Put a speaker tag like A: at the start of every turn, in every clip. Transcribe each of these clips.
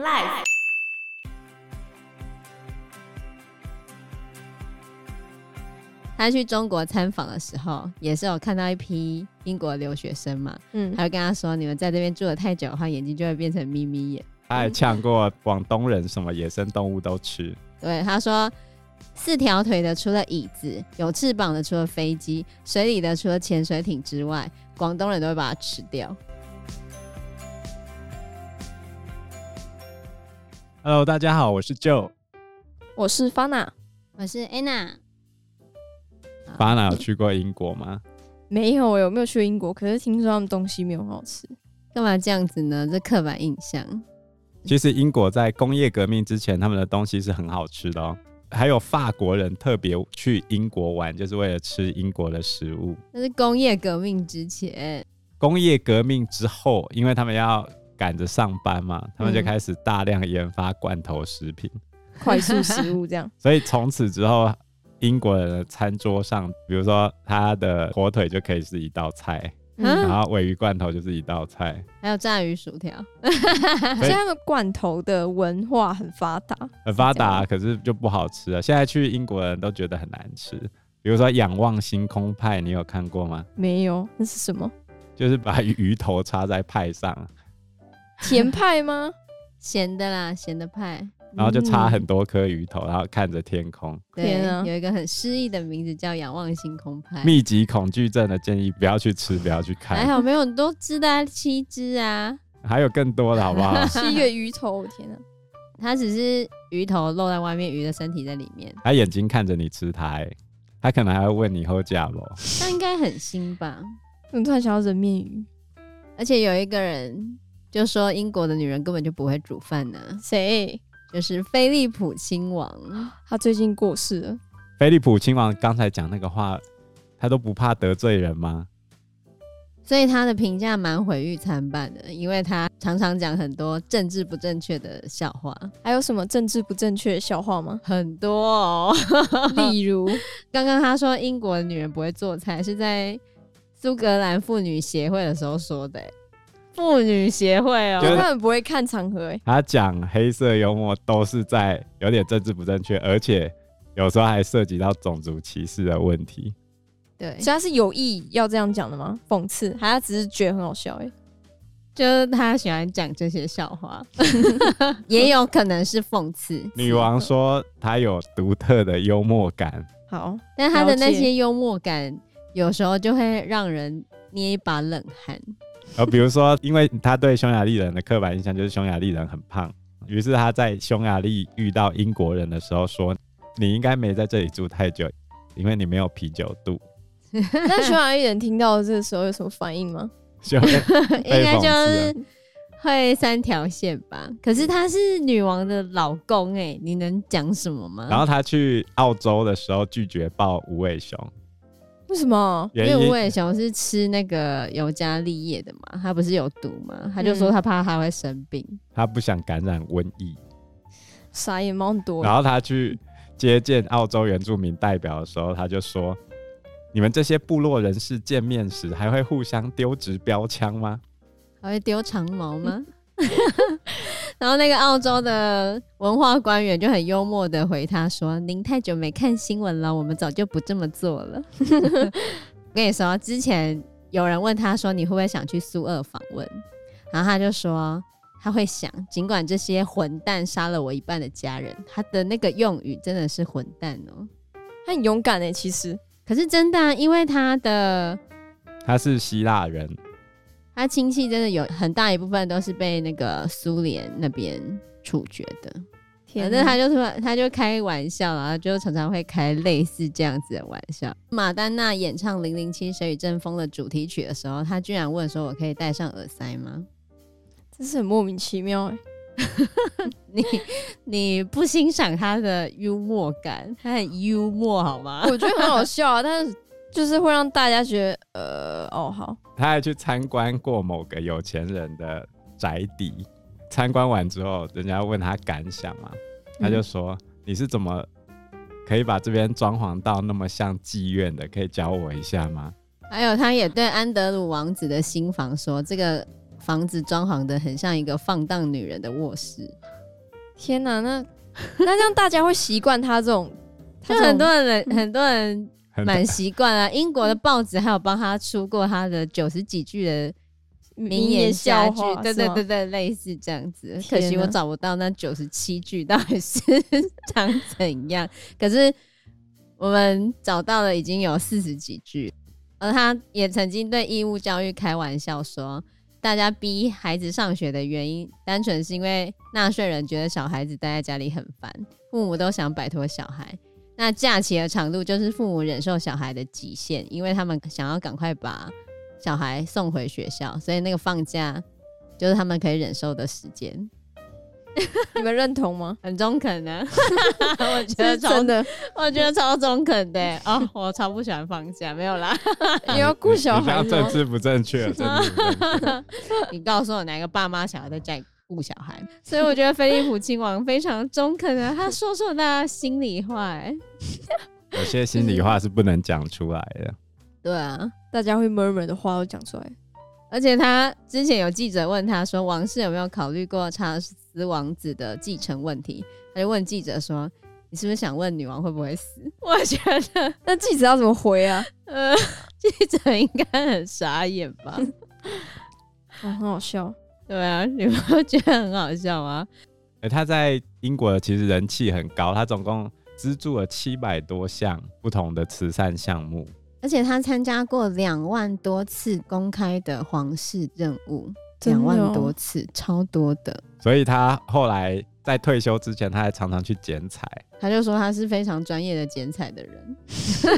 A: Life。
B: 他去中国参访的时候，也是有看到一批英国留学生嘛，
A: 嗯，
B: 他就跟他说：“你们在这边住的太久的话，眼睛就会变成眯眯眼。
C: 他还呛过广东人，什么野生动物都吃。”
B: 对，他说：“四条腿的除了椅子，有翅膀的除了飞机，水里的除了潜水艇之外，广东人都会把它吃掉。
C: Hello，大家好，我是 Joe。
A: 我是 Fana，”
B: 我是 Anna，
C: 巴拿有去过英国吗？
A: 没有，我有没有去英国？可是听说他们东西没有很好 吃。
B: 干嘛这样子呢？这刻板印象。
C: 其实英国在工业革命之前，他们的东西是很好吃的哦。还有法国人特别去英国玩，就是为了吃英国的食物。
B: 那是工业革命之前，
C: 工业革命之后，因为他们要赶着上班嘛，他们就
A: 嗯
C: 开始大量研发罐头食品。，
A: 快速食物这样
C: 所以从此之后，英国人的餐桌上，比如说他的火腿就可以是一道菜，
B: 嗯
C: 然后鲔鱼罐头就是一道菜。
B: 还有炸鱼薯条。
A: 所以他们罐头的文化很发达。
C: 很发达，
A: 是
C: 可是就不好吃啊了。现在去英国人都觉得很难吃。比如说仰望星空派，你有看过吗？
A: 没有，那是什么
C: 就是把鱼头插在派上，
A: 甜派 吗？
B: 咸的啦，咸的派，
C: 然后就插很
A: 嗯
C: 多颗鱼头，然后看着天空。
B: 对
A: 天啊，
B: 有一个很诗意的名字叫仰望星空派。
C: 密集恐惧症的建议不要去吃，不要去
B: 还
C: 看。
B: 好没有很多只的啊、七只啊，
C: 还有更多的好不好？
A: 是一个鱼头，天啊哪！
B: 它只是鱼头露在外面，鱼的身体在里面，
C: 他眼睛看着你吃它、欸，他可能还会问你喝假不？
B: 那应该很腥吧？
A: 我突然想到人面鱼，
B: 而且有一个人就说英国的女人根本就不会煮饭呢、
A: 谁？
B: 就是菲利普亲王。
A: 他最近过世了，
C: 菲利普亲王刚才讲那个话，他都不怕得罪人吗？
B: 所以他的评价蛮毁誉参半的，因为他常常讲很多政治不正确的笑话，？
A: 还有什么政治不正确的笑 话吗
B: 很多哦。
A: 例如，
B: 刚刚他说英国的女人不会做菜，是在苏格兰妇女协会的时候说的、欸妇女协会哦、
C: 就是
A: 他们不会看场合、欸，
C: 他讲黑色幽默都是在有点政治不正确，而且有时候还涉及到种族歧视的问题。
B: 对
A: 所以，他是有意要这样讲的吗？讽刺，还是他只是觉得很好笑、欸？
B: 就是他喜欢讲这些笑话，也有可能是讽刺。
C: 女王说她有独特的幽默感，
A: 好，
B: 但他的那
A: 了解
B: 些幽默感，有时候就会让人捏一把冷汗。
C: 呃，比如说，因为她对匈牙利人的刻板印象就是匈牙利人很胖，于是她在匈牙利遇到英国人的时候说：“你应该没在这里住太久，因为你没有啤酒肚。
A: 那匈牙利人听到这个时候有什么反应吗？
C: 就”
B: 应该就
C: 被啊
B: 是会三条线吧。可是他是女王的老公哎、你能讲什么吗？
C: 然后她去澳洲的时候拒绝抱无尾熊，
A: 为什么？
B: 因
C: 原
B: 为
C: 因
B: 无尾熊是吃那个尤加利叶的嘛，它不是有毒嘛？他就说他怕它会生病。
C: 她不想感染瘟疫。
A: 傻眼猫很多欸
C: 然，后他去接见澳洲原住民代表的时候，他就说：“你们这些部落人士见面时还会互相丢掷标枪吗
B: 还会丢长毛吗？然后那个澳洲的文化官员就很幽默的回他说：“您太久没看新闻了，我们早就不这么做了。”我跟你说，之前有人问他说：“你会不会想去苏俄访问？”然后他就说：“他会想，尽管这些混蛋杀了我一半的家人。”他的那个用语真的是混蛋哦、
A: 他很勇敢哎、其实
B: 可是真的啊、因为他的？”
C: 他是希腊人，
B: 他亲戚真的有很大一部分都是被那个苏联那边处决的。反正他就说，他就开玩笑，然后就常常会开类似这样子的玩笑。马丹娜演唱《零零七：谁与争锋》的主题曲的时候，他居然问说：“我可以戴上耳塞吗
A: 真是很莫名其妙 哎、？”
B: 你你不欣赏他的幽默感，他很幽默好吗？
A: 我觉得很好笑啊，但是就是会让大家觉得呃哦好，
C: 他还去参观过某个有钱人的宅邸。参观完之后，人家问他感想嘛，
A: 嗯
C: 他就说：“你是怎么可以把这边装潢到那么像妓院的？可以教我一下吗
B: 还有，他也对安德鲁王子的新房说：“这个房子装潢的很像一个放荡女人的卧室，
A: 天哪，那那这样大家会习惯他这 种，
B: 就
A: 他
B: 很
A: 很多
B: 多人很多人
C: 很
B: 蛮习惯啊。英国的报纸还有帮他出过他的九十几句的名
A: 言
B: 佳
A: 笑
B: 句
A: 话，，
B: 对
A: 是
B: 对
A: 吗
B: 对，对，类似这样子。
A: 天
B: 可惜我
A: 哪
B: 找不到那九十七句到底是 长怎样，可是我们找到了已经有四十几句。而他也曾经对义务教育开玩笑说，大家逼孩子上学的原因，单纯是因为纳税人觉得小孩子待在家里很烦，父母都想摆脱小孩。那假期的长度就是父母忍受小孩的极限，因为他们想要赶快把小孩送回学校，所以那个放假就是他们可以忍受的时间，
A: 你们认同吗？
B: 很中肯 呢、我觉得
A: 是
B: 超
A: 真， 的，
B: 我觉得超中肯的、哦，我超不喜欢放假，没有啦。
A: 你要顾小
C: 你
A: 孩哦
C: 你这样
A: 吗
C: 政？治不正确，政治不正确。
B: 你告诉我哪个爸妈想要在家里顾小孩？所以我觉得菲利普亲王非常中肯的，他说出了大家心里话、欸。
C: 有些心里话是不能讲出来的。
B: 对啊，
A: 大家会 murmur 的话都讲出来，
B: 而且他之前有记者问他说，王室有没有考虑过查尔斯王子的继承问题？他就问记者说。你是不是想问女王会不会死？我觉得，
A: 那记者要怎么回啊？
B: 呃， 记者应该很傻眼吧？
A: 哦，很好笑。
B: 对啊，你不觉得很好笑吗？
C: 哎、他在英国其实人气很高，他总共资助了七百多项不同的慈善项目。
B: 而且他参加过两万多次公开的皇室任务，
A: 真的
B: 两、
A: 哦
B: 万多次，超多的。
C: 所以他后来在退休之前，他还常常去剪彩。
B: 他就说他是非常专业的剪彩的人，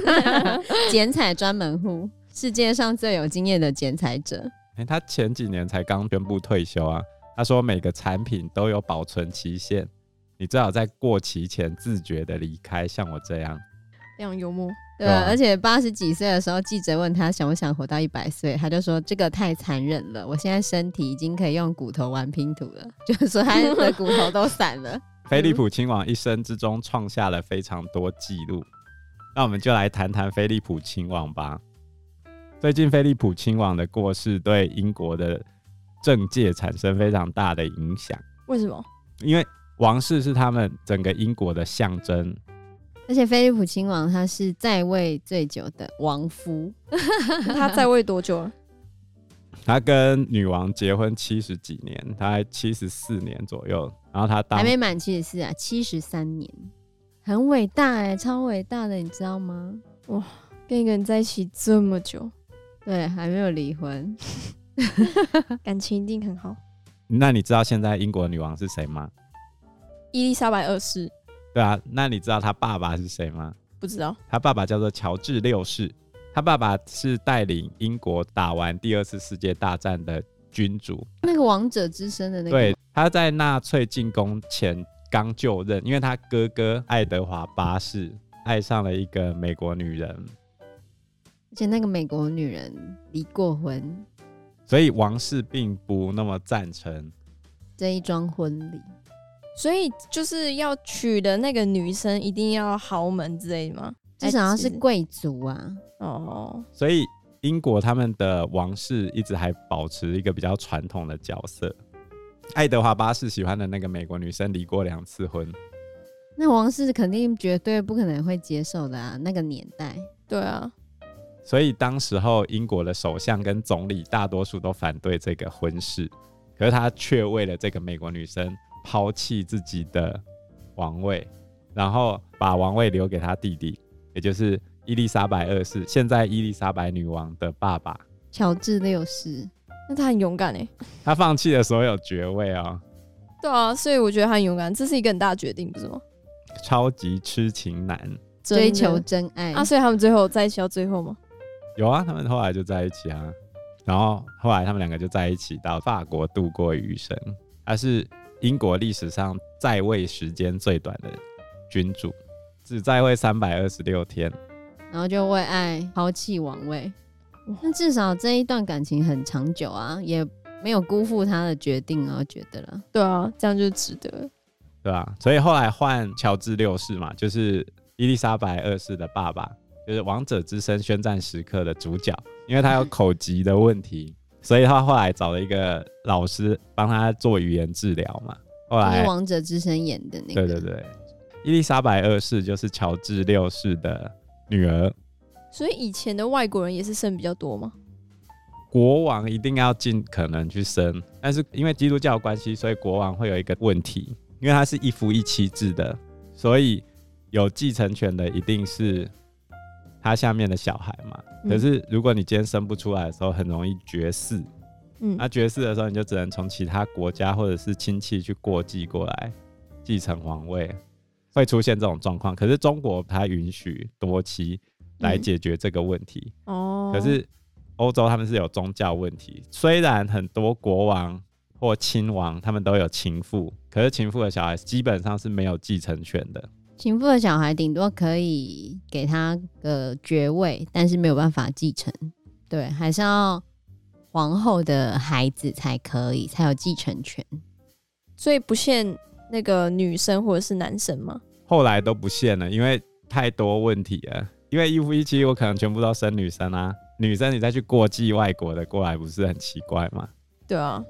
B: 剪彩专门户，世界上最有经验的剪彩者。
C: 哎、他前几年才刚宣布退休啊。他说每个产品都有保存期限，你最好在过期前自觉的离开。像我这样，
A: 非常幽默，
B: 对
C: 对
B: 啊，
C: 啊
B: 而且八十几岁的时候，记者问他想不想活到一百岁，他就说这个太残忍了，我现在身体已经可以用骨头玩拼图了， 就是说他的骨头都散了。
C: 菲利普亲王一生之中创下了非常多记录。那我们就来谈谈菲利普亲王吧。最近菲利普亲王的过世对英国的政界产生非常大的影响，
A: 为什么？
C: 因为王室是他们整个英国的象征。
B: 而且菲利普亲王他是在位最久的王夫，
A: 他在位多久 了？
C: 他跟女王结婚七十几年，他七十四年左右，然后他当
B: 还没满七十四啊，七十三年，很伟大哎、超伟大的，你知道吗？
A: 跟一个人在一起这么久，
B: 对，还没有离婚，
A: 感情一定很好。
C: 那你知道现在英国女王是谁吗？
A: 伊丽莎白二世
C: 对啊，那你知道他爸爸是谁吗？
A: 不知道，
C: 他爸爸叫做乔治六世，他爸爸是带领英国打完第二次世界大战的君主。
B: 那个王者之身的那个，
C: 对，他在纳粹进攻前刚就任，因为他哥哥爱德华八世爱上了一个美国女人，
B: 而且那个美国女人离过婚，
C: 所以王室并不那么赞成。
B: 这一桩婚礼，
A: 所以就是要娶的那个女生一定要豪门之类的吗？
B: 至少要
A: 还
B: 是贵族啊，
A: 哦，
C: 所以英国他们的王室一直还保持一个比较传统的角色。爱德华八世喜欢的那个美国女生离过两次婚，
B: 那王室肯定绝对不可能会接受的啊，那个年代。
A: 对啊，
C: 所以当时候英国的首相跟总理大多数都反对这个婚事，可是他却为了这个美国女生抛弃自己的王位，然后把王位留给他弟弟，也就是伊丽莎白二世，现在伊丽莎白女王的爸爸。
B: 乔治六世，
A: 那他很勇敢哎、
C: 他放弃了所有爵位哦，
A: 对啊，所以我觉得他很勇敢，这是一个很大的决定，不是吗？
C: 超级痴情男。
B: 追
A: 真
B: 求
A: 的
B: 真爱
A: 啊，所以他们最后在一起到最后吗？
C: 有啊，他们后来就在一起啊，然后后来他们两个就在一起到法国度过余生。他是英国历史上在位时间最短的君主，只在位三百二十六天。
B: 然后就为爱抛弃王位
A: 哇。
B: 那至少这一段感情很长久啊，也没有辜负他的决定啊，我觉得啦。
A: 对啊，这样就值得了。
C: 对吧、所以后来换乔治六世嘛，就是伊丽莎白二世的爸爸，就是《王者之声》宣战时刻的主角，因为他有口疾的问题，所以他后来找了一个老师帮他做语言治疗嘛。后
B: 就是
C: 来
B: 《王者之声》演的那个，
C: 对对对，伊丽莎白二世就是乔治六世的女儿，
A: 所以以前的外国人也是生比较多吗？
C: 国王一定要尽可能去生，但是因为基督教的关系，所以国王会有一个问题，因为他是一夫一妻制的，所以有继承权的一定是他下面的小孩嘛。
A: 嗯
C: 可是如果你今天生不出来的时候，很容易绝嗣。
A: 嗯
C: 那绝嗣的时候，你就只能从其他国家或者是亲戚去过继过来继承皇位，会出现这种状况。可是中国它允许多妻来
A: 嗯
C: 解决这个问题，
A: 哦，
C: 可是欧洲他们是有宗教问题，虽然很多国王或亲王他们都有情妇，可是情妇的小孩基本上是没有继承权的。
B: 情妇的小孩顶多可以给他个爵位，但是没有办法继承，对，还是要皇后的孩子才可以，才有继承权。
A: 所以不限那个女生或者是男生吗？
C: 后来都不限了，因为太多问题了。因为一夫一妻，我可能全部都生女生啊，女生你再去过继外国的过来，不是很奇怪吗？
A: 对啊，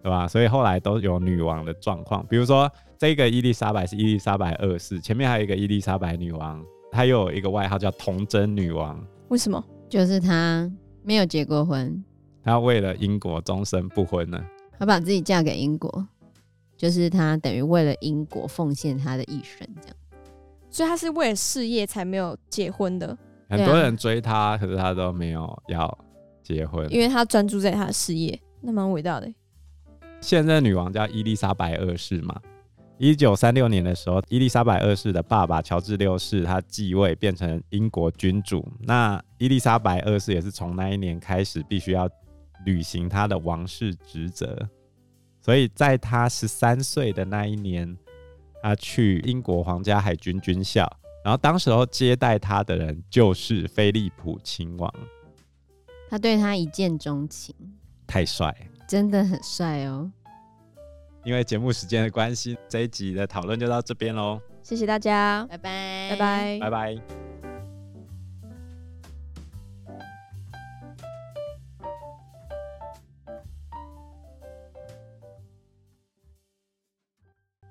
C: 对吧？所以后来都有女王的状况，比如说这个伊丽莎白是伊丽莎白二世，前面还有一个伊丽莎白女王，她又有一个外号叫童贞女王，
A: 为什么？
B: 就是他没有结过婚，
C: 她为了英国终身不婚呢。
B: 他把自己嫁给英国，就是他等于为了英国奉献他的一生，这样。
A: 所以他是为了事业才没有结婚的，
C: 很多人追她，可是她都没有要结婚。
A: 因为他专注在他的事业，那蛮伟大的欸。
C: 现任女王叫伊丽莎白二世嘛。一九三六年的时候，伊丽莎白二世的爸爸乔治六世他继位，变成英国君主。那伊丽莎白二世也是从那一年开始，必须要履行她的王室职责。所以在她十三岁的那一年，她去英国皇家海军军校，然后当时候接待她的人就是菲利普亲王，
B: 他对他一见钟情，
C: 太帅。
B: 真的很帅哦。
C: 因为节目时间的关系，这一集的讨论就到这边喽，
A: 谢谢大家，
B: 拜拜，
A: 拜拜
C: 拜拜。